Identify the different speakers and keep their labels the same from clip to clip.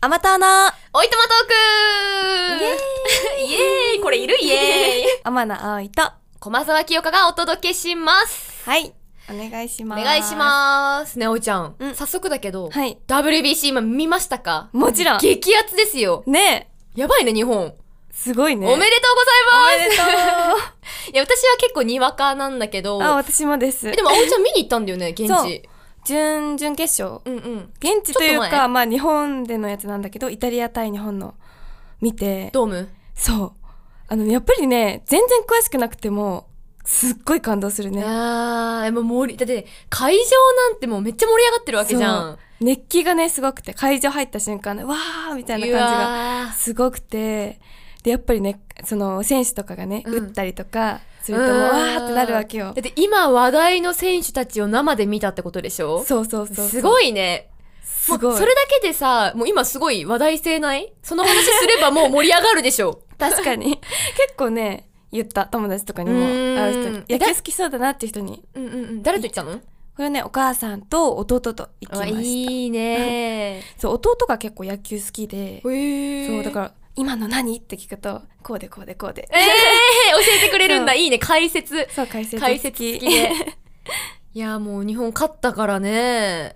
Speaker 1: アマターナ
Speaker 2: おいとまトーク イエーイこれいるイエ ーイ
Speaker 1: 天野葵と。は
Speaker 2: 駒沢清香がお届けします。
Speaker 1: い。お願いし
Speaker 2: お
Speaker 1: ます。
Speaker 2: 願いします。ね、おいちゃん。
Speaker 1: うん
Speaker 2: 早速だけど、
Speaker 1: はい。
Speaker 2: WBC 今見ましたか
Speaker 1: もちろん。
Speaker 2: 激アツですよ。
Speaker 1: ね
Speaker 2: やばいね、日本。
Speaker 1: え。すごいね。
Speaker 2: おめでとうございます
Speaker 1: おめでとう
Speaker 2: いや、私は結構にわかなんだけど、
Speaker 1: あ、私もです
Speaker 2: え。でも、葵ちゃん見に行ったんだよね、現
Speaker 1: そう
Speaker 2: 地。
Speaker 1: 準々決勝。
Speaker 2: うんうん。
Speaker 1: 現地という
Speaker 2: ちょっと前
Speaker 1: か、まあ日本でのやつなんだけど、イタリア対日本の見て。
Speaker 2: ドーム
Speaker 1: そう。あのね、やっぱりね、全然詳しくなくても、すっごい感動するね。
Speaker 2: あー、もう盛り、だって、会場なんてもうめっちゃ盛り上がってるわけじゃん。
Speaker 1: 熱気がね、すごくて、会場入った瞬間ね、わーみたいな感じが。
Speaker 2: が
Speaker 1: すごくてでやっぱりねその選手とかがね、
Speaker 2: うん
Speaker 1: 打ったりとかするともうわーってなるわけよ
Speaker 2: だって今話題の選手たちを生で見たってことでしょ
Speaker 1: そうそうそうそう
Speaker 2: す
Speaker 1: い
Speaker 2: ごいね。
Speaker 1: す
Speaker 2: も
Speaker 1: ご
Speaker 2: う
Speaker 1: い
Speaker 2: それだけでさ、もう今すごい話題性ないその話すればもう盛り上がるでしょ。
Speaker 1: 確か に結構ね言った友達とかにも
Speaker 2: うーん
Speaker 1: 会う人に野球好きそうだなっていう人に
Speaker 2: うんうんうん。誰と行ったの
Speaker 1: これねお母さんと弟と行きま
Speaker 2: あ
Speaker 1: した
Speaker 2: い いね。
Speaker 1: そう弟が結構野球好きで
Speaker 2: へー
Speaker 1: そうだから今の何って聞くとこうでこうでこうで
Speaker 2: ええー、教えてくれるんだ。
Speaker 1: そ
Speaker 2: いいね。解説。
Speaker 1: そう解説
Speaker 2: 解説付きで。いや、もう日本勝ったからね。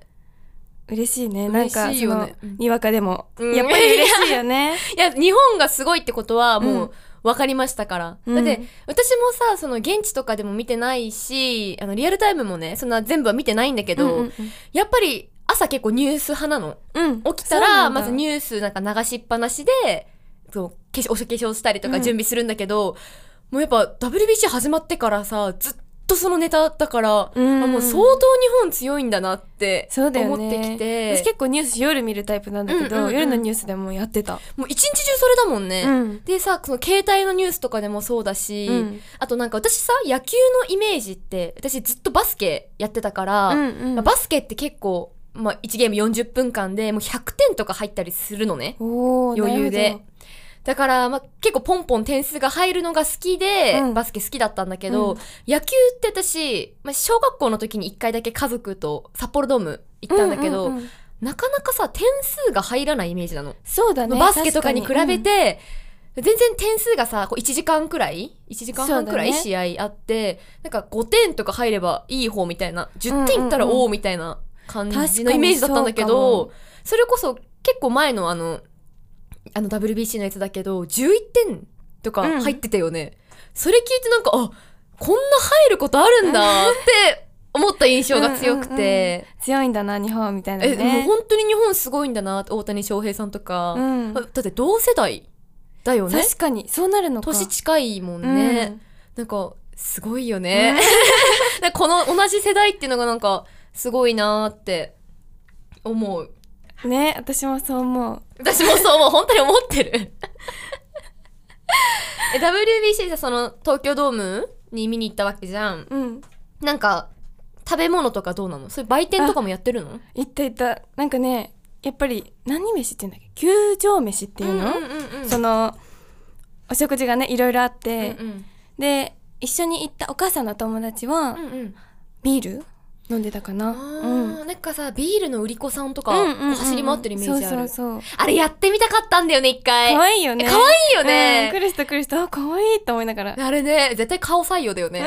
Speaker 1: 嬉しいねなんか
Speaker 2: 嬉しい
Speaker 1: そ
Speaker 2: よ
Speaker 1: の
Speaker 2: ねうん
Speaker 1: にわかでも
Speaker 2: うん
Speaker 1: やっぱり嬉しいよ ね
Speaker 2: いや、日本がすごいってことはも
Speaker 1: うん
Speaker 2: う分かりましたから。
Speaker 1: うん
Speaker 2: だって、私もさ、その現地とかでも見てないし、あの、リアルタイムもね、そんな全部は見てないんだけど、
Speaker 1: うんうん
Speaker 2: やっぱり朝結構ニュース派なの。
Speaker 1: うんうん
Speaker 2: 起きたら、まずニュースなんか流しっぱなしで、そう、化粧、お化粧したりと
Speaker 1: う
Speaker 2: か
Speaker 1: ん
Speaker 2: 準備するんだけど、もうやっぱ WBC 始まってからさ、ずっとそのネタだから、
Speaker 1: うん
Speaker 2: あもう相当日本強いんだなって
Speaker 1: そ
Speaker 2: 思
Speaker 1: うだよね
Speaker 2: ってきて、
Speaker 1: 私結構ニュース夜見るタイプなんだけど、
Speaker 2: うんうんうん
Speaker 1: 夜のニュースでもやってた、
Speaker 2: もう一日中それだもんね。
Speaker 1: うん
Speaker 2: でさ、その携帯のニュースとかでもそうだし、
Speaker 1: うん
Speaker 2: あとなんか私さ、野球のイメージって、私ずっとバスケやってたから、
Speaker 1: うんうん
Speaker 2: まあバスケって結構、まあ、1ゲーム40分間でもう100点とか入ったりするのね。
Speaker 1: おー
Speaker 2: 余裕
Speaker 1: なる
Speaker 2: で。だから、まあ、結構ポンポン点数が入るのが好きで、
Speaker 1: うん
Speaker 2: バスケ好きだったんだけど、
Speaker 1: うん
Speaker 2: 野球って私、まあ、小学校の時に一回だけ家族と札幌ドーム行
Speaker 1: ほ
Speaker 2: っ
Speaker 1: ど
Speaker 2: たんだけど、
Speaker 1: うんうんうん
Speaker 2: なかなかさ、点数が入らないイメージなの。
Speaker 1: そうだね
Speaker 2: バスケとかに比べ
Speaker 1: 確か
Speaker 2: て、全然点数がさ、こう1時間くらい ?1 時間半くらい
Speaker 1: そう
Speaker 2: 試合あって、なんか5点とか入ればいい方みたいな、10点いったら
Speaker 1: うんうんうん
Speaker 2: おおみたいな感
Speaker 1: 確か
Speaker 2: じ
Speaker 1: に
Speaker 2: のイメージだったんだけ
Speaker 1: そう
Speaker 2: ど、それこそ結構前のあの、あの WBC のやつだけど、11点とか入ってたよね。それ聞いてなんか、あ、こんな入ることあるんだって思った印象が強くて、
Speaker 1: に強いんだな日本みたいな
Speaker 2: え、もう
Speaker 1: ね
Speaker 2: 本当に日本すごいんだなって、大谷翔平さんとか。
Speaker 1: うん
Speaker 2: あだって同世代だよね
Speaker 1: 確かにそうなるのか
Speaker 2: 年近いもんね、なんかすごいよね、 なんかこの同じ世代っていうのがなんかすごいなーって思う
Speaker 1: うんね私もそう思う
Speaker 2: 私もそう思う本当に思ってるえ WBC でその東京ドームに見に行ったわけじゃん
Speaker 1: うん
Speaker 2: なんか食べ物とかどうなのそれ売店とかもやってるの
Speaker 1: 行った行ったなんかねやっぱり何飯って言うんだっけ球場飯っていうの、
Speaker 2: んんうんうん
Speaker 1: そのお食事がねいろいろあっ
Speaker 2: うん
Speaker 1: て、
Speaker 2: うん
Speaker 1: で一緒に行ったお母さんの友達は、
Speaker 2: うんうん
Speaker 1: ビール飲んでたかな
Speaker 2: あーなんかさビールの売り子さんとか
Speaker 1: うんうんうんうん
Speaker 2: 走り回ってるイメージある、
Speaker 1: そうそうそう
Speaker 2: あれやってみたかったんだよね、一回。
Speaker 1: 可愛いよね
Speaker 2: 可愛いよね
Speaker 1: うん来る人来る人あ可愛いと思いながら
Speaker 2: あれね、絶対顔採用だよね。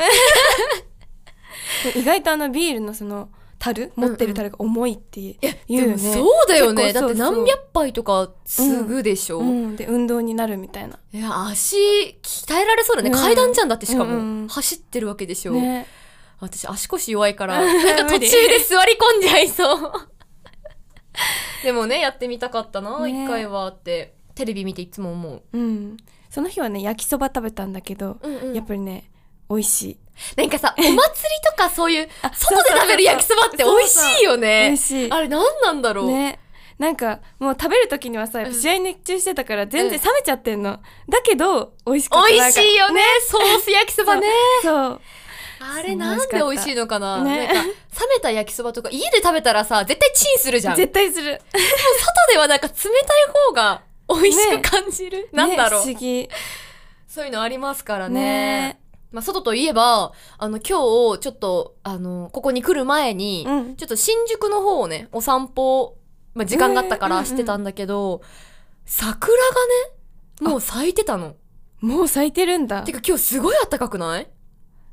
Speaker 1: 意外とあのビールのその樽持ってる樽が重いっていう 言うよね
Speaker 2: でもそうだよね。
Speaker 1: 結
Speaker 2: だっ
Speaker 1: 構
Speaker 2: て
Speaker 1: そうそう
Speaker 2: 何百杯とかすぐでしょ、
Speaker 1: うん、で運動になるみたいない
Speaker 2: や、足、鍛えられそうだね。
Speaker 1: うん
Speaker 2: 階段じゃんだってしかも、
Speaker 1: うんうん
Speaker 2: 走ってるわけでしょ、
Speaker 1: ね
Speaker 2: 私、足腰弱いから、なんか途
Speaker 1: 無理
Speaker 2: 中で座り込んじゃ いそう。でもね、やってみたかったな、一、
Speaker 1: ね
Speaker 2: 回はって。テレビ見ていつも思う。
Speaker 1: うんその日はね焼きそば食べたんだけど、
Speaker 2: うんうん
Speaker 1: やっぱりね美味しい
Speaker 2: なんかさ、お祭りとかそういう、外で
Speaker 1: そうそうそう
Speaker 2: 食べる焼きそばって美味しいよね。
Speaker 1: 美味しい
Speaker 2: あれ何なんだろう。
Speaker 1: ねなんかもう食べる時にはさやっぱ試合に熱中してたから全然冷めちゃってんの、だけど美味しかった
Speaker 2: 美
Speaker 1: なん
Speaker 2: 味し
Speaker 1: か
Speaker 2: いよねソース焼きそばね。
Speaker 1: そう
Speaker 2: あれなんで美味しいのかな,、
Speaker 1: ね
Speaker 2: なんか冷めた焼きそばとか家で食べたらさ絶対チンするじゃん外
Speaker 1: 絶対する
Speaker 2: ではなんか冷たい方が美味しく感じる、なんだろう、
Speaker 1: ね不思議
Speaker 2: そういうのありますからね
Speaker 1: ね
Speaker 2: まあ、外といえばあの今日ちょっとあのここに来る前に、
Speaker 1: うん
Speaker 2: ちょっと新宿の方をねお散歩まあ、時間があったか
Speaker 1: うん
Speaker 2: ら
Speaker 1: うん
Speaker 2: してたんだけど、桜がね、もう咲いてたの。
Speaker 1: もう咲いてるんだ
Speaker 2: て。か今日すごい暖かくない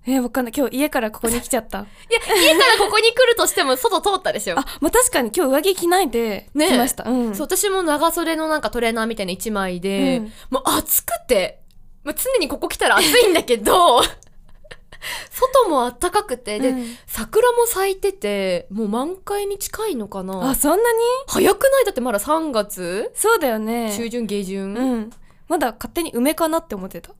Speaker 1: えー、わかんない。今日家からここに来ちゃった。
Speaker 2: いや、家からここに来るとしても外通ったでしょ。
Speaker 1: あ、まあ、確かに今日上着着ないで
Speaker 2: ねえ
Speaker 1: 来ました。うん。
Speaker 2: そう、私も長袖のなんかトレーナーみたいな一枚で、
Speaker 1: うん
Speaker 2: もう暑くて、まあ、常にここ来たら暑いんだけど、 外も暖かくて、で、
Speaker 1: うん
Speaker 2: 桜も咲いてて、もう満開に近いのか
Speaker 1: あ、
Speaker 2: な
Speaker 1: そんなに
Speaker 2: 早くないだってまだ3月
Speaker 1: そうだよね。
Speaker 2: 中旬、下旬、
Speaker 1: うん。まだ勝手に梅かなって思ってた。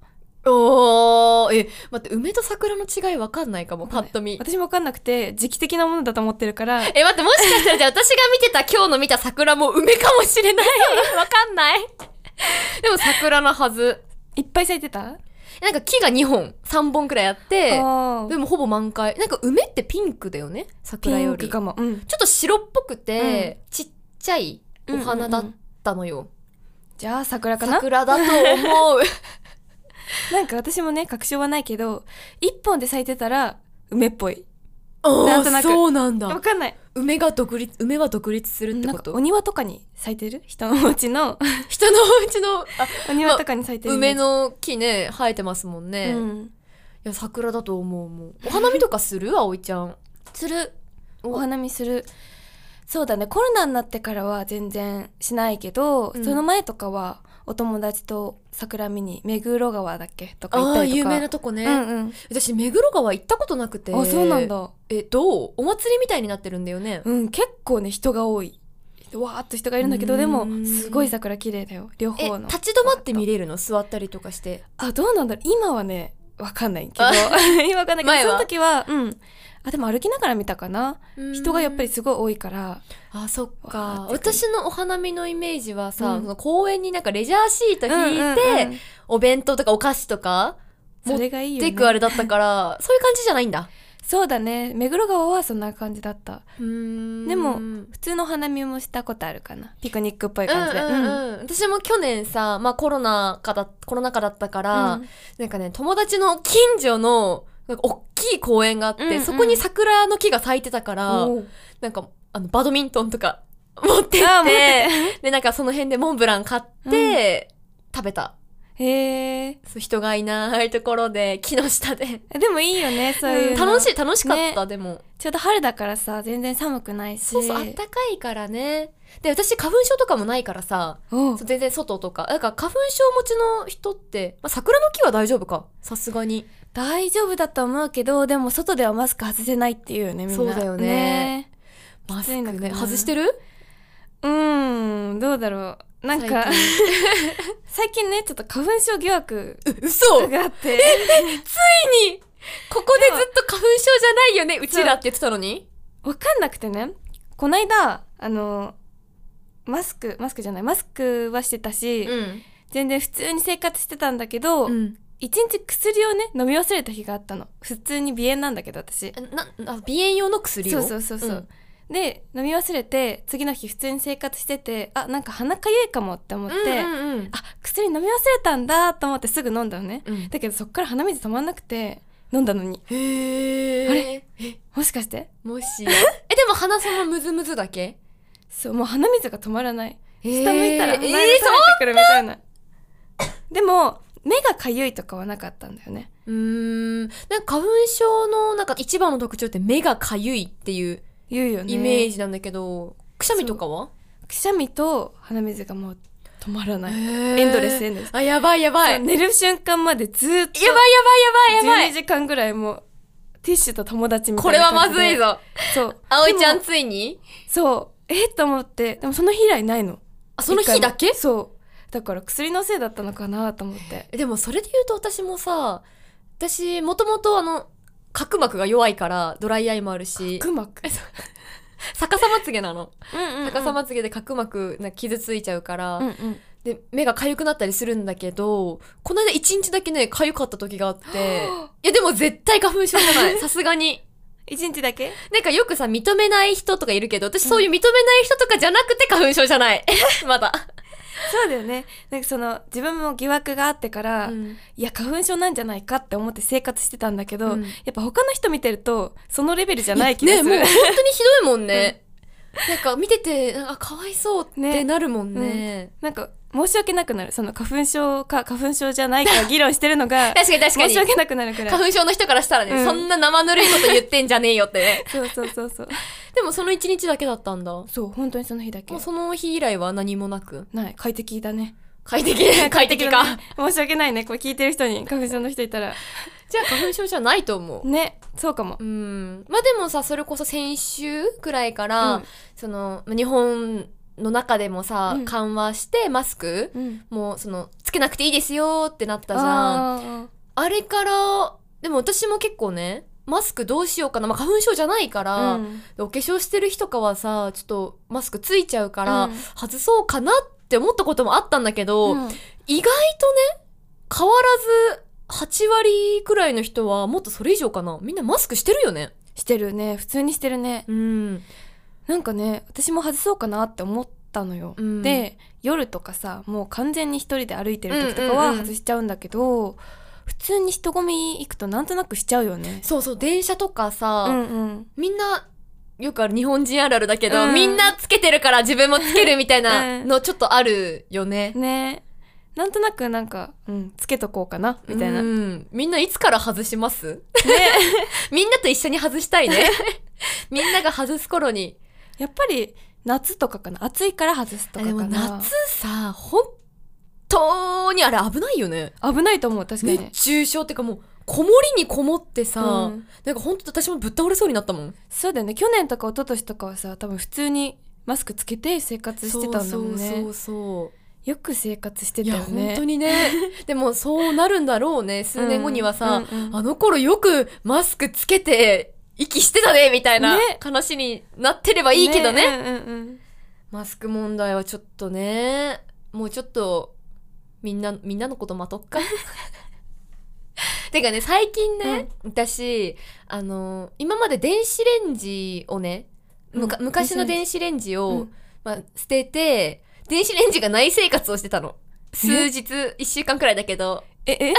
Speaker 2: おー、え、待って、梅と桜の違いわかんないかも、パッと見。
Speaker 1: 私もわかんなくて、時期的なものだと思ってるから、
Speaker 2: え、待って、もしかしたらじゃあ私が見てた今日の見た桜も梅かもし れない。わかんない。 でも桜のはず。
Speaker 1: いっぱい咲いてた
Speaker 2: なんか木が2本、3本くらいあって、
Speaker 1: あー
Speaker 2: でもほぼ満開。なんか梅ってピンクだよね桜
Speaker 1: ピ
Speaker 2: よ
Speaker 1: ン
Speaker 2: り。
Speaker 1: ク
Speaker 2: ちょ
Speaker 1: かも。うん。
Speaker 2: っと白っぽくて、ちっちゃいお花だったのよ。
Speaker 1: じゃあ桜かな
Speaker 2: 桜だと思う。
Speaker 1: なんか私もね、確証はないけど、一本で咲いてたら梅っぽい。
Speaker 2: あ ー
Speaker 1: なんとなく
Speaker 2: そうなんだ
Speaker 1: わ。かんない。
Speaker 2: 梅が独立、梅は独立するって
Speaker 1: なん
Speaker 2: こ
Speaker 1: か
Speaker 2: と
Speaker 1: お庭とかに咲いてる人のお家 の
Speaker 2: 人のうちの、あ
Speaker 1: お庭とかに咲いてる。
Speaker 2: 梅の木ね、生えてますもんね。
Speaker 1: う
Speaker 2: い
Speaker 1: ん。
Speaker 2: や、桜だと思うもう。お花見とかする葵ちゃん。
Speaker 1: する。お花見する。そうだね、コロナになってからは全然しないけど、
Speaker 2: うん
Speaker 1: その前とかは、お友達と桜見に、目黒川だっけとか行っ
Speaker 2: あ
Speaker 1: た
Speaker 2: あ、
Speaker 1: りとか。
Speaker 2: 有名なとこね。
Speaker 1: うんうん。
Speaker 2: 私、目黒川行ったことなくて。
Speaker 1: あ、そうなん。だ。
Speaker 2: え、どうお祭りみたいになってるんだよね。
Speaker 1: うん、結構ね、人が多い。わーっと人がいるんだけ
Speaker 2: う
Speaker 1: ど、
Speaker 2: ん
Speaker 1: でも、すごい桜綺麗だよ。両
Speaker 2: え、
Speaker 1: 方の。
Speaker 2: 立ち止まって見れるの座ったりとかして。
Speaker 1: あ、どうなんだろう今はね、わかんないけど
Speaker 2: あ。
Speaker 1: 今わかんないけ
Speaker 2: 前
Speaker 1: ど、
Speaker 2: は
Speaker 1: その時は、うん。あ、でも歩きながら見たかな。人がやっぱり
Speaker 2: うん。
Speaker 1: すごい多いから。
Speaker 2: あ、そっか
Speaker 1: わ。ーって感じ
Speaker 2: 私のお花見のイメージはさ、
Speaker 1: うん
Speaker 2: その公園になんかレジャーシート
Speaker 1: うん
Speaker 2: 引いて、
Speaker 1: うんうん
Speaker 2: お弁当とかお菓子とか、
Speaker 1: それがいいよ、ね。
Speaker 2: テクあれだったから、そういう感じじゃないんだ。
Speaker 1: そうだね。目黒川はそんな感じだった。
Speaker 2: で
Speaker 1: でも普通の花見もしたことあるかな。ピクニックっぽい感じで。
Speaker 2: うん
Speaker 1: ん。
Speaker 2: うんうん、私も去年さ、まあ、コロナ禍だコロナ禍だったから、
Speaker 1: うん
Speaker 2: なんかね友達の近所のなんか大きい公園があって、
Speaker 1: うんうん
Speaker 2: そこに桜の木が咲いてたから
Speaker 1: おう
Speaker 2: なんかあのバドミントンとか 持ってっ
Speaker 1: あー持って
Speaker 2: でなんかその辺でモンブラン買って、食べた
Speaker 1: へえ。
Speaker 2: そう人がいないところで木の下で、
Speaker 1: でもいいよね、そういうの。
Speaker 2: 楽しい楽しかった、でも
Speaker 1: ちょうど春だからさ、全然寒くないし。
Speaker 2: そうそうあったかいからねで私花粉症とかもないからさ
Speaker 1: おう
Speaker 2: そう全然外とか。なんか花粉症持ちの人って、まあ、桜の木は大丈夫か。さすがに。
Speaker 1: 大丈夫だと思うけど、でも外ではマスク外せないっていうよね、みんな。
Speaker 2: そうだよねマ
Speaker 1: スクね
Speaker 2: 外してる
Speaker 1: うーん、どうだろう。なんか、
Speaker 2: 最
Speaker 1: 最 近ね、ちょっと花粉症疑惑
Speaker 2: う嘘
Speaker 1: があって。
Speaker 2: ついにここでずっと花粉症じゃないよね、うちらって言ってたのに。
Speaker 1: わかんなくてねこないだあのマスクマスクじゃないマスクはしてたし、
Speaker 2: うん。
Speaker 1: 全然普通に生活してたんだけど、
Speaker 2: うん。
Speaker 1: 一日薬をね飲み忘れた日があったの普通に鼻炎なんだけど私
Speaker 2: な、あ鼻炎用の薬
Speaker 1: そ
Speaker 2: を
Speaker 1: うそうそうそう、
Speaker 2: うん
Speaker 1: で飲み忘れて次の日普通に生活しててあなんか鼻かゆいかもって思って、
Speaker 2: うんうんうん
Speaker 1: あ薬飲み忘れたんだと思ってすぐ飲んだのね
Speaker 2: うん
Speaker 1: だけどそっから鼻水止まんなくて飲んだのに
Speaker 2: へー。
Speaker 1: あ
Speaker 2: れ
Speaker 1: もしかして
Speaker 2: もしや。え、でも鼻そのムズムズだけ
Speaker 1: そうもう鼻水が止まらない
Speaker 2: 下
Speaker 1: 下向いたら
Speaker 2: え
Speaker 1: 鼻
Speaker 2: ー、
Speaker 1: が垂れてくるみたいな、でも目がかゆいとかはなかったんだよね
Speaker 2: うーん。なんか花粉症のなんか一番の特徴って目がかゆいっていう
Speaker 1: 言うよね
Speaker 2: イメー
Speaker 1: ジ
Speaker 2: ジなんだけど、くしゃみとかは
Speaker 1: くしゃみと鼻水がもう止まらない、
Speaker 2: エ
Speaker 1: エンドレスエンドレス
Speaker 2: あ、やばいやばい。
Speaker 1: そう寝る瞬間までずーっと
Speaker 2: やばいやばいやばい
Speaker 1: 12
Speaker 2: やばい。
Speaker 1: 時間ぐらいもうティッシュと友達みた
Speaker 2: こ
Speaker 1: い
Speaker 2: れ
Speaker 1: な
Speaker 2: は
Speaker 1: 感
Speaker 2: ま
Speaker 1: じで
Speaker 2: ずいぞ。
Speaker 1: そう
Speaker 2: 葵ちゃん
Speaker 1: でも
Speaker 2: ついに
Speaker 1: そうえっと思ってでもその日以来ないの
Speaker 2: あ、その日だ
Speaker 1: 一回
Speaker 2: け
Speaker 1: もそうだから薬のせいだったのかなと思って
Speaker 2: でもそれで言うと私もさ、私もともとあの、角膜が弱いから、ドライアイもあるし、
Speaker 1: くまく
Speaker 2: 逆さまつげなの。
Speaker 1: うん
Speaker 2: 逆さまつげで角膜なんか傷ついちゃうから、
Speaker 1: うんうん
Speaker 2: で、目が痒くなったりするんだけど、この間一日だけね、痒かった時があって、いやでも絶対花粉症じゃ ない。さすがに。
Speaker 1: 一日だけ
Speaker 2: なんかよくさ、認めない人とかいるけど、私そういう認めない人とかじゃなくて花粉症じゃない。 まだ。
Speaker 1: そうだよねなんかその自分も疑惑があってから、いや花粉症なんじゃないかって思って生活してたんだけど、
Speaker 2: うん
Speaker 1: やっぱ他の人見てるとそのレベルじゃない気が
Speaker 2: ね、
Speaker 1: す
Speaker 2: もう
Speaker 1: る、
Speaker 2: 本当にひどいもんね。なんか見てて、なんかかわいそうって
Speaker 1: ね
Speaker 2: なるもんね。
Speaker 1: なんか申し訳なくなるその花粉症か花粉症じゃないか議論してるのが
Speaker 2: 確か に確か
Speaker 1: 申
Speaker 2: に
Speaker 1: し。訳なくなるくらい
Speaker 2: 花粉症の人からしたらね、
Speaker 1: うん
Speaker 2: そんな生ぬるいこと言ってんじゃねえよってね。
Speaker 1: そうそうそうそう
Speaker 2: でもその一日だけだったんだ。も
Speaker 1: そう本当にその日だけ
Speaker 2: うその日以来は何もなく。
Speaker 1: ない快適だね
Speaker 2: 快適、快 適か。
Speaker 1: 申し訳ないねこれ聞いてる人に花粉症の人いたら
Speaker 2: じゃあ花粉症じゃないと思う。
Speaker 1: ねそうかも
Speaker 2: うん。まあでもさ、それこそ先週くらいから、
Speaker 1: うん
Speaker 2: その、まあ日本の中でもさ、
Speaker 1: うん
Speaker 2: 緩和してマスク、
Speaker 1: うん
Speaker 2: もうその、つけなくていいですよってなったじゃん。あ
Speaker 1: あー
Speaker 2: れから、でも私も結構ね、マスクどうしようかな。まあ花粉症じゃないから、
Speaker 1: うん
Speaker 2: お化粧してる日とかはさ、ちょっとマスクついちゃうから、
Speaker 1: うん
Speaker 2: 外そうかなって思ったこともあったんだけど、
Speaker 1: うん
Speaker 2: 意外とね、変わらず8割くらいの人はもっとそれ以上かな。みんなマスクしてるよね。
Speaker 1: してるね普通にしてるね
Speaker 2: うん。
Speaker 1: なんかね私も外そうかなって思ったのよ、
Speaker 2: うん
Speaker 1: で夜とかさもう完全に一人で歩いてる時とか
Speaker 2: うんう
Speaker 1: は
Speaker 2: んうん
Speaker 1: 外しちゃうんだけど、普通に人混み行くとなんとなくしちゃうよね
Speaker 2: そうそう、電車とかさ、
Speaker 1: うんうん
Speaker 2: みんな、よくある日本人あるあるだけど、
Speaker 1: うん
Speaker 2: みんなつけてるから自分もつけるみたいな
Speaker 1: うん
Speaker 2: のちょっとあるよね。
Speaker 1: ねなんとなくなんか、うん、つけとこうかなみたいな、
Speaker 2: うん。みんないつから外しますね。 みんなと一緒に外したいね。 みんなが外す頃に。
Speaker 1: やっぱり夏とかかな暑いから外すとか
Speaker 2: で
Speaker 1: か
Speaker 2: も
Speaker 1: な
Speaker 2: 夏さ、本当にあれ危ないよね。
Speaker 1: 危ないと思う確かに
Speaker 2: 熱中症ってかもう、こもりにこもってさ、
Speaker 1: うん
Speaker 2: なんか本当私もぶっ倒れそうになったもん。
Speaker 1: そうだよね去年とか一昨年とかはさ多分普通にマスクつけて生活してたんだもんね
Speaker 2: そうそうそう
Speaker 1: よく生活して
Speaker 2: い
Speaker 1: た
Speaker 2: や、
Speaker 1: よね
Speaker 2: 本当にね。でもそうなるんだろうね。数年後にはさ、
Speaker 1: うんうんうん
Speaker 2: あの頃よくマスクつけて、息してたねみたいな
Speaker 1: ね
Speaker 2: 話になってればいいけどね。
Speaker 1: うんうんうん
Speaker 2: マスク問題はちょっとね、もうちょっと、みんな、みんなのことまとっ か。てかね、最近ね、私、あの、今まで電子レンジをね、むか
Speaker 1: うん
Speaker 2: 昔の電子レンジを、
Speaker 1: うん
Speaker 2: まあ、捨てて、電子レンジがない生活をしてたの。数日、一週間くらいだけど。
Speaker 1: ええ
Speaker 2: 電子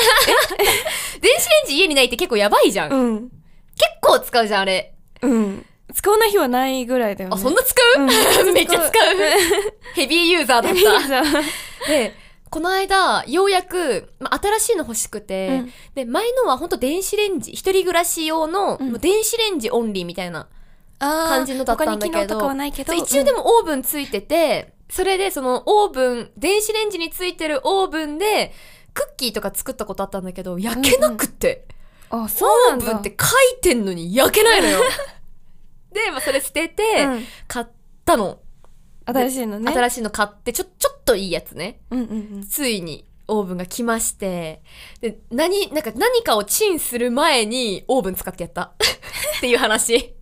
Speaker 2: レンジ家にないって結構やばいじゃん。結
Speaker 1: うん
Speaker 2: 構使うじゃん、あれ。
Speaker 1: うん使わない日はないぐらいだよね
Speaker 2: あ、そんな使う、
Speaker 1: うん
Speaker 2: めっちゃ使う。ヘビーユーザーだっ
Speaker 1: いい
Speaker 2: た。
Speaker 1: さ
Speaker 2: で、この間、ようやく、まあ、新しいの欲しくて、
Speaker 1: うん
Speaker 2: で、前のは本当電子レンジ、一人暮らし用の、
Speaker 1: うん
Speaker 2: もう電子レンジオンリーみたいな。
Speaker 1: 感
Speaker 2: 感じのだったんだけど
Speaker 1: 他に機能とかはないけど
Speaker 2: そう一応で
Speaker 1: も
Speaker 2: もオーブンついてて、それでそのオーブン、電子レンジについてるオーブンで、クッキーとか作ったことあったんだけど、焼けなくて。
Speaker 1: あそうなん
Speaker 2: オーブン
Speaker 1: だ
Speaker 2: って書いてんのに焼けないの よ。で、まあ、それ捨てて、
Speaker 1: うん
Speaker 2: 買ったの。
Speaker 1: 新しいのね
Speaker 2: 新しいの買って、ちょ、ちょっといいやつね。
Speaker 1: うんうんうん
Speaker 2: ついにオーブンが来まして、で、何、なんか何かをチンする前にオーブン使ってやった。 っていう話。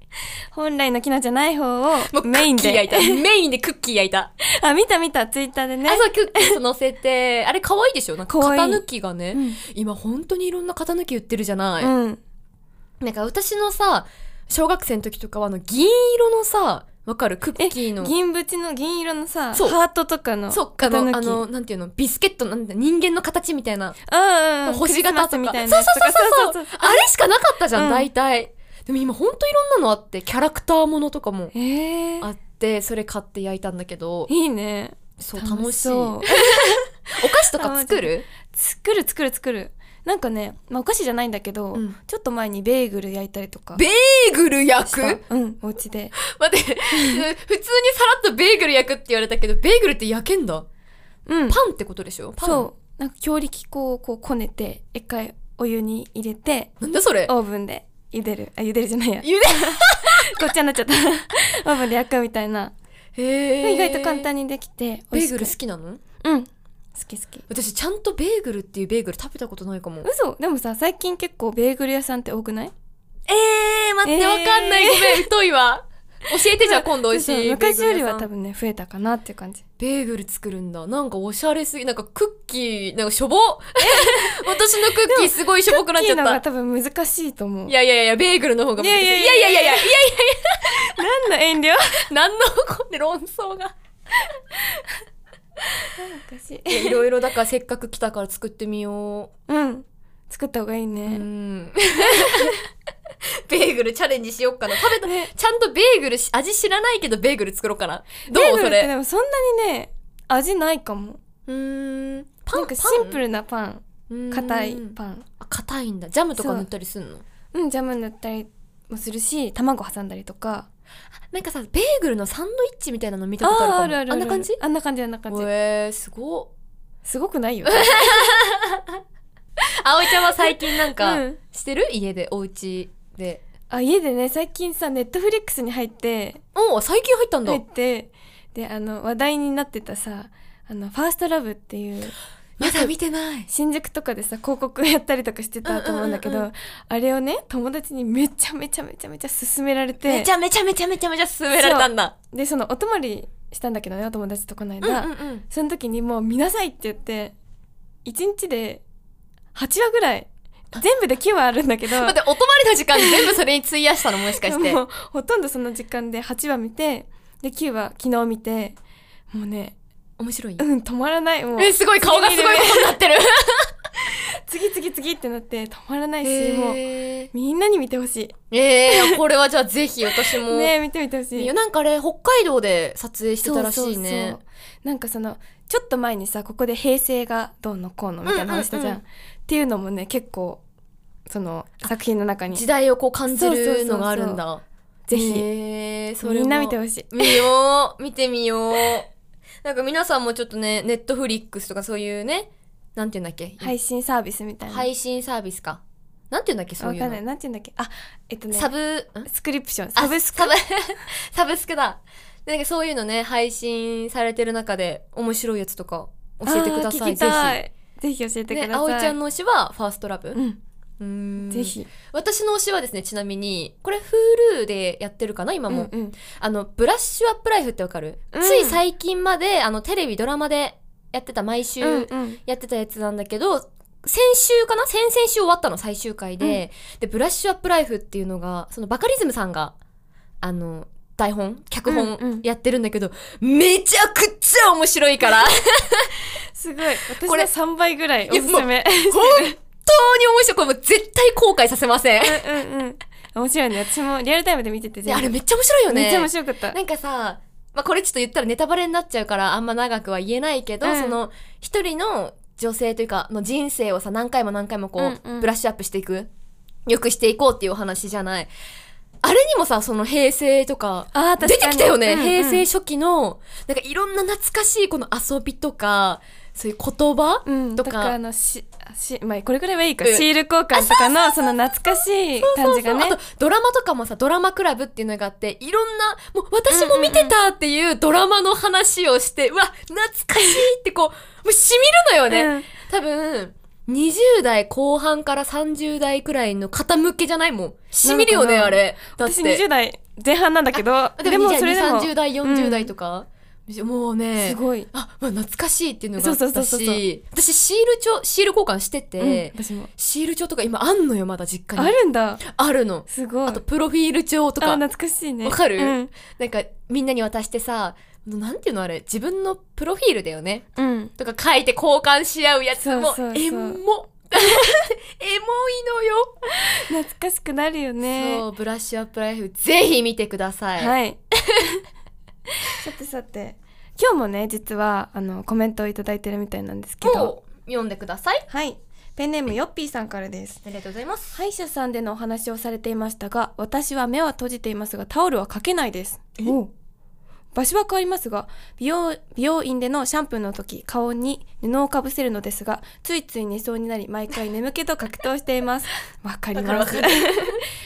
Speaker 1: 本来の機能じゃない方
Speaker 2: も
Speaker 1: を
Speaker 2: う
Speaker 1: メイン
Speaker 2: クッキー焼い
Speaker 1: で
Speaker 2: た。メインでクッキー焼いた。
Speaker 1: あ見た見たツイッターでね
Speaker 2: あ、そう、クッキー乗せて、あれ可愛いでしょなんか
Speaker 1: 可愛
Speaker 2: 型
Speaker 1: い
Speaker 2: 抜きがね、
Speaker 1: うん
Speaker 2: 今本当にいろんな型抜き売ってるじゃない。
Speaker 1: うん
Speaker 2: なんか私のさ、小学生の時とかはあの銀色のさ、わかるクッキーの。
Speaker 1: 銀縁の銀色のさ
Speaker 2: そう
Speaker 1: ハートとかの
Speaker 2: そっかの、
Speaker 1: 型
Speaker 2: あ
Speaker 1: 抜き
Speaker 2: の、なんていうの、ビスケットなんて人間の形みたいな。
Speaker 1: うんうんうん
Speaker 2: 星型と
Speaker 1: クリスマスみ
Speaker 2: か。
Speaker 1: たいな
Speaker 2: そう
Speaker 1: やつとか
Speaker 2: そうそうそうそう。あれしかなかったじゃん、
Speaker 1: うん
Speaker 2: 大体。でも今ほんといろんなのあって、キャラクターものとかも
Speaker 1: えー
Speaker 2: あって、それ買って焼いたんだけど、
Speaker 1: いいね
Speaker 2: そう、楽しい。
Speaker 1: そ
Speaker 2: お
Speaker 1: う
Speaker 2: 菓子とか作る
Speaker 1: 作る作る作るなんかね、まあ、お菓子じゃないんだけど、
Speaker 2: うん
Speaker 1: ちょっと前にベーグル焼いたりとか
Speaker 2: ベーグル焼く
Speaker 1: したうんお家で
Speaker 2: 待 って、普通にさらっとベーグル焼くって言われたけど、ベーグルって焼けんだ。
Speaker 1: うん
Speaker 2: パンってことでしょパン。
Speaker 1: そうなんか強力粉をこうこねて一回お湯に入れて
Speaker 2: なんだそれ
Speaker 1: オーブンで茹でるあ茹でるじゃないや
Speaker 2: ゆで、
Speaker 1: ごっちゃになっちゃった オーブンで焼くみたいな、
Speaker 2: へー
Speaker 1: 意外と簡単にできて
Speaker 2: ベーグル好
Speaker 1: 好
Speaker 2: きなの
Speaker 1: きうん好き好き
Speaker 2: 私ちゃんとベーグルっていうベーグル食べたことないかも。
Speaker 1: 嘘でもさ最近結構ベーグル屋さんって多くない
Speaker 2: ええー、待って、
Speaker 1: えー
Speaker 2: わかんない。ごめん、疎いわ。教えてじゃあ今度美味し
Speaker 1: そう
Speaker 2: い。
Speaker 1: 昔よりは
Speaker 2: ベーグル屋さ
Speaker 1: 多
Speaker 2: ん
Speaker 1: 分ね増えたかなっていう感じ
Speaker 2: ベーグル作るんだ。なんかおしゃれすぎ。なんかクッキー、なんかしょぼ。 私のクッキーすごいしょぼくなっちゃっ
Speaker 1: クッキーの方が多
Speaker 2: た。
Speaker 1: 分難しいと思う
Speaker 2: いやいやいや、ベーグルの方が難しい。
Speaker 1: いやい
Speaker 2: いや
Speaker 1: や
Speaker 2: い
Speaker 1: いや
Speaker 2: やい
Speaker 1: い
Speaker 2: や
Speaker 1: や
Speaker 2: いやいや、
Speaker 1: 何の遠慮
Speaker 2: 何のこんで論争が。
Speaker 1: 昔
Speaker 2: いやいろいろだからせっかく来たから作ってみよ
Speaker 1: うん作った方がいいね、
Speaker 2: う。うん。 ベーグルチャレンジしよっかな。食べた、
Speaker 1: ね
Speaker 2: ちゃんとベーグルし、味知らないけどベーグル作ろうかな。ど
Speaker 1: ベー
Speaker 2: う
Speaker 1: グル
Speaker 2: そ
Speaker 1: って
Speaker 2: れ。
Speaker 1: でもそんなにね味ないかも
Speaker 2: うーん。パ
Speaker 1: な
Speaker 2: ン
Speaker 1: んか
Speaker 2: パン
Speaker 1: シンプルなパン硬いパン
Speaker 2: あ硬いんだ。ジャムとか塗ったりすんの
Speaker 1: うんジャム塗ったりもするし卵挟んだりとか
Speaker 2: なんかさ、ベーグルのサンドイッチみたいなの見たことあるかも。
Speaker 1: ー
Speaker 2: あんな感じ
Speaker 1: あんな感じあんな感じ
Speaker 2: えー、すごっ。
Speaker 1: すごくないよ
Speaker 2: 葵ちゃんは最近なん
Speaker 1: う
Speaker 2: か、
Speaker 1: ん
Speaker 2: してる家で、お家で。
Speaker 1: あ家でね最近さネットフリックスに入って
Speaker 2: おー最近入ったんだ。
Speaker 1: 入ってであの話題になってたさあのファーストラブっていう
Speaker 2: まだ見てない。
Speaker 1: 新宿とかでさ広告やったりとかしてたと思うんだけど、
Speaker 2: うんうんうん
Speaker 1: あれをね友達にめちゃめちゃめちゃめちゃ勧められて
Speaker 2: めちゃめちゃめちゃめちゃめちゃ勧められたんだ。
Speaker 1: でそのお泊まりしたんだけどねお友達とこの
Speaker 2: うんうん
Speaker 1: 間、
Speaker 2: うん。
Speaker 1: その時にもう見なさいって言って1日で8話ぐらい全部で9話あるんだけど
Speaker 2: 待って、お泊まりの時間全部それに費やしたのもしかして。
Speaker 1: もうほとんどその時間で8話見てで9話昨日見てもうね
Speaker 2: 面白い。
Speaker 1: うん止まらないもう
Speaker 2: え、すごい、顔がすごいことになってる。
Speaker 1: 次次次ってなって止まらないしもう
Speaker 2: え
Speaker 1: みんなに見てほし
Speaker 2: えー、これはじゃあぜひ私
Speaker 1: い
Speaker 2: も。
Speaker 1: ねえ見てみてほし
Speaker 2: い
Speaker 1: い
Speaker 2: やなんかあれ、北海道で撮影してたらしい
Speaker 1: そう
Speaker 2: ね
Speaker 1: そう。そうなんかそのちょっと前にさここで平成がどうのこうのみたいな話したじゃん,、
Speaker 2: うんうんうん
Speaker 1: っていうのもね結構その作品の中に
Speaker 2: 時代をこう感じるのがあるんだ。
Speaker 1: ぜひ
Speaker 2: ひ。それ
Speaker 1: みんな見て
Speaker 2: しい。
Speaker 1: ほしい
Speaker 2: 見よう。見てみよう。なんか皆さんもちょっとね、ネットフリックスとかそういうね、なんて言うんだっけ、
Speaker 1: 配信サービスみたいな、
Speaker 2: 配信サービスか。なんて言うんだっけ、そう
Speaker 1: わ
Speaker 2: いう
Speaker 1: かんな
Speaker 2: の
Speaker 1: い。なんて言うんだっけあえっとね
Speaker 2: サブ、ん
Speaker 1: スクリプション
Speaker 2: あ
Speaker 1: サブスク
Speaker 2: サブ、 サブスクだ。でなんかそういうのね、配信されてる中で面白いやつとか教えてくださ
Speaker 1: あー
Speaker 2: い。
Speaker 1: 聞きた
Speaker 2: ぜ
Speaker 1: いぜひ教え
Speaker 2: ひ。
Speaker 1: てくだ
Speaker 2: ね、
Speaker 1: さい、
Speaker 2: 葵ちゃんの推しはファーストラブ。
Speaker 1: うん、
Speaker 2: うーん
Speaker 1: ぜ。ひ
Speaker 2: 私の推しはですね、ちなみに、これ Hulu でやってるかな今も。
Speaker 1: うんうん
Speaker 2: あの、ブラッシュアップライフってわかる、
Speaker 1: うん
Speaker 2: つい最近まで、あの、テレビドラマでやってた、毎週
Speaker 1: うんうん
Speaker 2: やってたやつなんだけど、先週かな先々週終わったの、最終回で、で、ブラッシュアップライフっていうのが、そのバカリズムさんが、あの、台本脚
Speaker 1: うんう
Speaker 2: 本
Speaker 1: ん
Speaker 2: やってるんだけど、めちゃくちゃ面白 いから、本
Speaker 1: すごい私
Speaker 2: これ
Speaker 1: の3倍ぐらいお
Speaker 2: いや
Speaker 1: すすめ
Speaker 2: 当に面白い。これもう絶対後悔させませ ん。
Speaker 1: うんうんうん面白いね私もリアルタイムで見てて
Speaker 2: であれめっちゃ面白いよね。
Speaker 1: めっちゃ面白かった
Speaker 2: なんかさ、まあ、これちょっと言ったらネタバレになっちゃうからあんま長くは言えないけど、
Speaker 1: うん
Speaker 2: その一人の女性というかの人生をさ何回も何回もこう、
Speaker 1: うんうん
Speaker 2: ブラッシュアップしていくよくしていこうっていうお話じゃないあれにもさその平成とか
Speaker 1: あー確か
Speaker 2: 出
Speaker 1: に
Speaker 2: てきたよね、
Speaker 1: うんうん
Speaker 2: 平成初期のなんかいろんな懐かしいこの遊びとかそういう言葉、
Speaker 1: うん、
Speaker 2: と
Speaker 1: と
Speaker 2: か
Speaker 1: かあのしし、まあ、これくらいはいいか、
Speaker 2: うん
Speaker 1: シール交換とかのその懐かしい感じがね
Speaker 2: あとドラマとかもさドラマクラブっていうのがあっていろんなもう私も見てたっていうドラマの話をして、うわ懐かしいってこうもうしみるのよね、
Speaker 1: うん
Speaker 2: 多分20代後半から30代くらいの方向けじゃないもんしみるよね
Speaker 1: なのか
Speaker 2: あ
Speaker 1: な
Speaker 2: れだって
Speaker 1: 私20代前半なんだけど
Speaker 2: でもそれでも
Speaker 1: う
Speaker 2: 30代40代とか、もうね
Speaker 1: すごい、
Speaker 2: あ、まあ、懐かしいっていうのがあったし
Speaker 1: そうそうそうそうそう
Speaker 2: 私シール帳シール交換してて、
Speaker 1: うん私も
Speaker 2: シール帳とか今あんのよまだ実家
Speaker 1: あ
Speaker 2: に
Speaker 1: るんだ
Speaker 2: あるの
Speaker 1: すごい
Speaker 2: あとプロフィール帳と
Speaker 1: あ
Speaker 2: か
Speaker 1: 懐かしいね
Speaker 2: わかる
Speaker 1: うん、
Speaker 2: なんかみんなに渡してさなんていうのあれ自分のプロフィールだよね
Speaker 1: うん、
Speaker 2: とか書いて交換し合うやつも
Speaker 1: そうそうそう
Speaker 2: エモ エモいのよ、
Speaker 1: 懐かしくなるよね
Speaker 2: そうブラッシュアップライフぜひ見てください、
Speaker 1: はい さてさて今日もね実はあのコメントをいただいてるみたいなんですけど
Speaker 2: もう読んでください
Speaker 1: はいペンネームよっぴーさんからです
Speaker 2: ありがとうございます
Speaker 1: 歯医者さんでのお話をされていましたが私は目は閉じていますがタオルはかけないです場所は変わりますが美容美容院でのシャンプーの時顔に布をかぶせるのですがついつい寝そうになり毎回眠気と格闘しています わかり
Speaker 2: わ
Speaker 1: ま
Speaker 2: か
Speaker 1: す
Speaker 2: る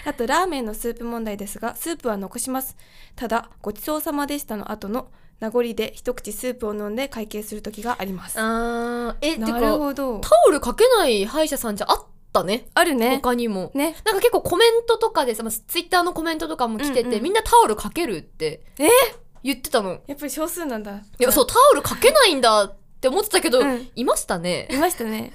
Speaker 1: あとラーメンのスープ問題ですがスープは残しますただごちそうさまでしたの後の名残で一口スープを飲んで会計する時があります
Speaker 2: あーえて
Speaker 1: なる
Speaker 2: か
Speaker 1: ほど
Speaker 2: タオルかけない歯医者さんじゃあったね
Speaker 1: あるね
Speaker 2: 他にも、
Speaker 1: ね
Speaker 2: なんか結構コメントとかでさ、まあ、ツイッターのコメントとかも来てて、
Speaker 1: うんうん
Speaker 2: みんなタオルかけるって
Speaker 1: え
Speaker 2: 言ってたの
Speaker 1: やっぱり少数なんだ
Speaker 2: いや、そう、タオルかけないんだって思ってたけど、
Speaker 1: うん
Speaker 2: いましたね。
Speaker 1: いましたね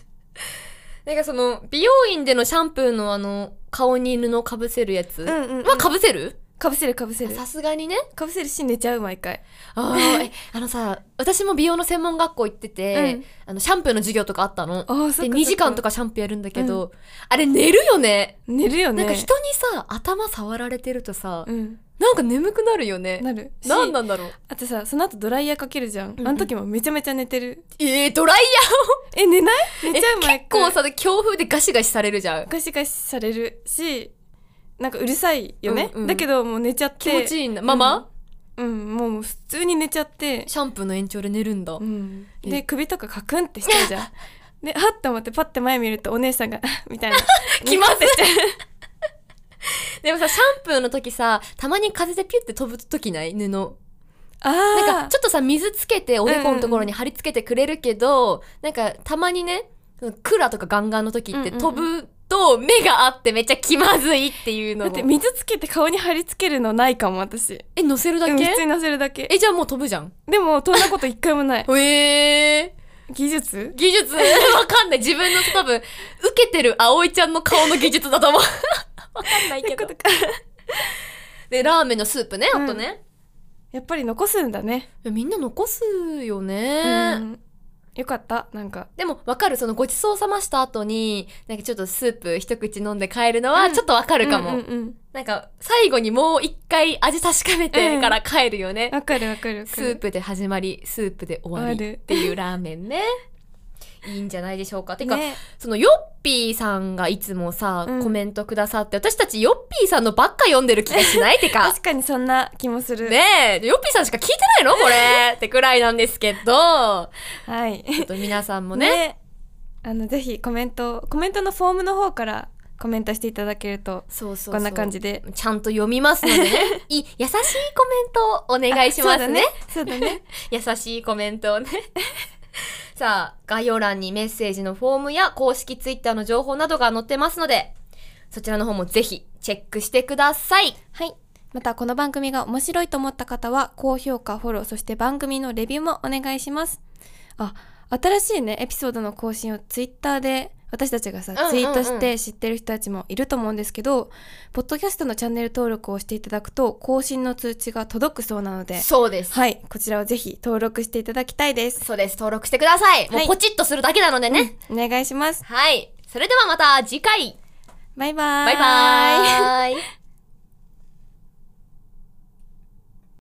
Speaker 2: なんかその、美容院でのシャンプーのあの、顔に布をかぶせるやつ
Speaker 1: うんうんうん
Speaker 2: はかぶせる
Speaker 1: かぶせるかぶせる
Speaker 2: さすがにね
Speaker 1: かぶせるし寝ちゃう毎回
Speaker 2: あー えあのさ私も美容の専門学校行ってて、
Speaker 1: うん
Speaker 2: あのシャンプーの授業とかあったの
Speaker 1: あーそっ
Speaker 2: で
Speaker 1: か
Speaker 2: 2時間とかシャンプーやるんだけど、あれ寝るよね
Speaker 1: 寝るよね
Speaker 2: なんか人にさ頭触られてるとさ、
Speaker 1: うん
Speaker 2: なんか眠くなるよね
Speaker 1: なるし
Speaker 2: なんなんだろう
Speaker 1: あとさその後ドライヤーかけるじゃん、
Speaker 2: うん
Speaker 1: あの時もめちゃめちゃ寝てる
Speaker 2: えー、ドライ
Speaker 1: え寝ない寝ちゃう
Speaker 2: ヤー
Speaker 1: 毎
Speaker 2: 結
Speaker 1: 回
Speaker 2: 構さ強風でガシガシされるじゃん
Speaker 1: ガシガシされるしなんかうるさいよね、
Speaker 2: うんうん
Speaker 1: だけどもう寝ちゃって
Speaker 2: 気持ちいいんだママ、
Speaker 1: うんもうもう普通に寝ちゃって、
Speaker 2: シャンプーの延長で寝るんだ、
Speaker 1: うん、
Speaker 2: え
Speaker 1: で首とかカクンってしちゃうじ ゃんではっと思ってパッて前見るとお姉さんがみたいな
Speaker 2: 気ま
Speaker 1: ニコ
Speaker 2: ずい
Speaker 1: ってしちゃう
Speaker 2: でもさシャンプーの時さたまに風でピュって飛ぶ時ない布
Speaker 1: あー
Speaker 2: なんかちょっとさ水つけておでこのところに貼り付けてくれるけど、なんかたまにねクラとかガンガンの時って
Speaker 1: うんうんうん
Speaker 2: 飛ぶと目が合ってめっちゃ気まずいっていう
Speaker 1: だ
Speaker 2: の
Speaker 1: って
Speaker 2: も
Speaker 1: 水つけて顔に貼り付けるのないかも私
Speaker 2: え乗せるだ
Speaker 1: うん
Speaker 2: け、
Speaker 1: 普通に乗せるだけ
Speaker 2: えじゃあもう飛ぶじゃん
Speaker 1: でもそんなこと一回もない
Speaker 2: え
Speaker 1: 技術
Speaker 2: 技術 わかんない自分の多分受けてる葵ちゃんの顔の技術だ と思うわかんないけ
Speaker 1: って
Speaker 2: ど
Speaker 1: ことか
Speaker 2: でラーメンのスープねあとね、
Speaker 1: やっぱり残すんだね、
Speaker 2: いやみんな残すよね、
Speaker 1: うんよかったなんか
Speaker 2: でも、わかる。その、ごちそうさました後に、なんかちょっとスープ一口飲んで帰るのは、
Speaker 1: うん
Speaker 2: ちょっとわか
Speaker 1: あ
Speaker 2: るか
Speaker 1: う
Speaker 2: も。
Speaker 1: んうんうん
Speaker 2: なんか、最後にもう一回味確かめてから帰るよね。
Speaker 1: わかるわかるわかる
Speaker 2: スープで始まり、スープで終わ
Speaker 1: 終わ
Speaker 2: り
Speaker 1: る
Speaker 2: っていうラーメンね。いいんじゃないでしょうか。てか、
Speaker 1: ね
Speaker 2: その、ヨッピーさんがいつもさ、
Speaker 1: うん
Speaker 2: コメントくださって、私たちヨッピーさんのばっか読んでる気がしないてか。
Speaker 1: 確かにそんな気もする、
Speaker 2: ねえ、ヨッピーさんしか聞いてないのこれ。ってくらいなんですけど、
Speaker 1: はい
Speaker 2: ちょっと皆さんもね
Speaker 1: ねあのぜひコメントコメントのフォームの方からコメントしていただけると
Speaker 2: そうそうそう
Speaker 1: こんな感じで
Speaker 2: ちゃんと読みますの でねい優しいコメントをお願いしますね
Speaker 1: あそうだねそうだね
Speaker 2: 優しいコメントをね さあ概要欄にメッセージのフォームや公式ツイッターの情報などが載ってますのでそちらの方もぜひチェックしてください
Speaker 1: はいまたこの番組が面白いと思った方は高評価フォローそして番組のレビューもお願いしますあ新しいねエピソードの更新をツイッターで私たちがさ、
Speaker 2: うんうんうん
Speaker 1: ツイートして知ってる人たちもいると思うんですけどポッドキャストのチャンネル登録をしていただくと更新の通知が届くそうなので
Speaker 2: そうです、
Speaker 1: はいこちらをぜひ登録していただきたいです
Speaker 2: そうです登録してください、も
Speaker 1: は
Speaker 2: う
Speaker 1: い
Speaker 2: ポチッとするだけなのでね、
Speaker 1: お願いします
Speaker 2: はいそれではまた次回
Speaker 1: バイバー
Speaker 2: バイバーイ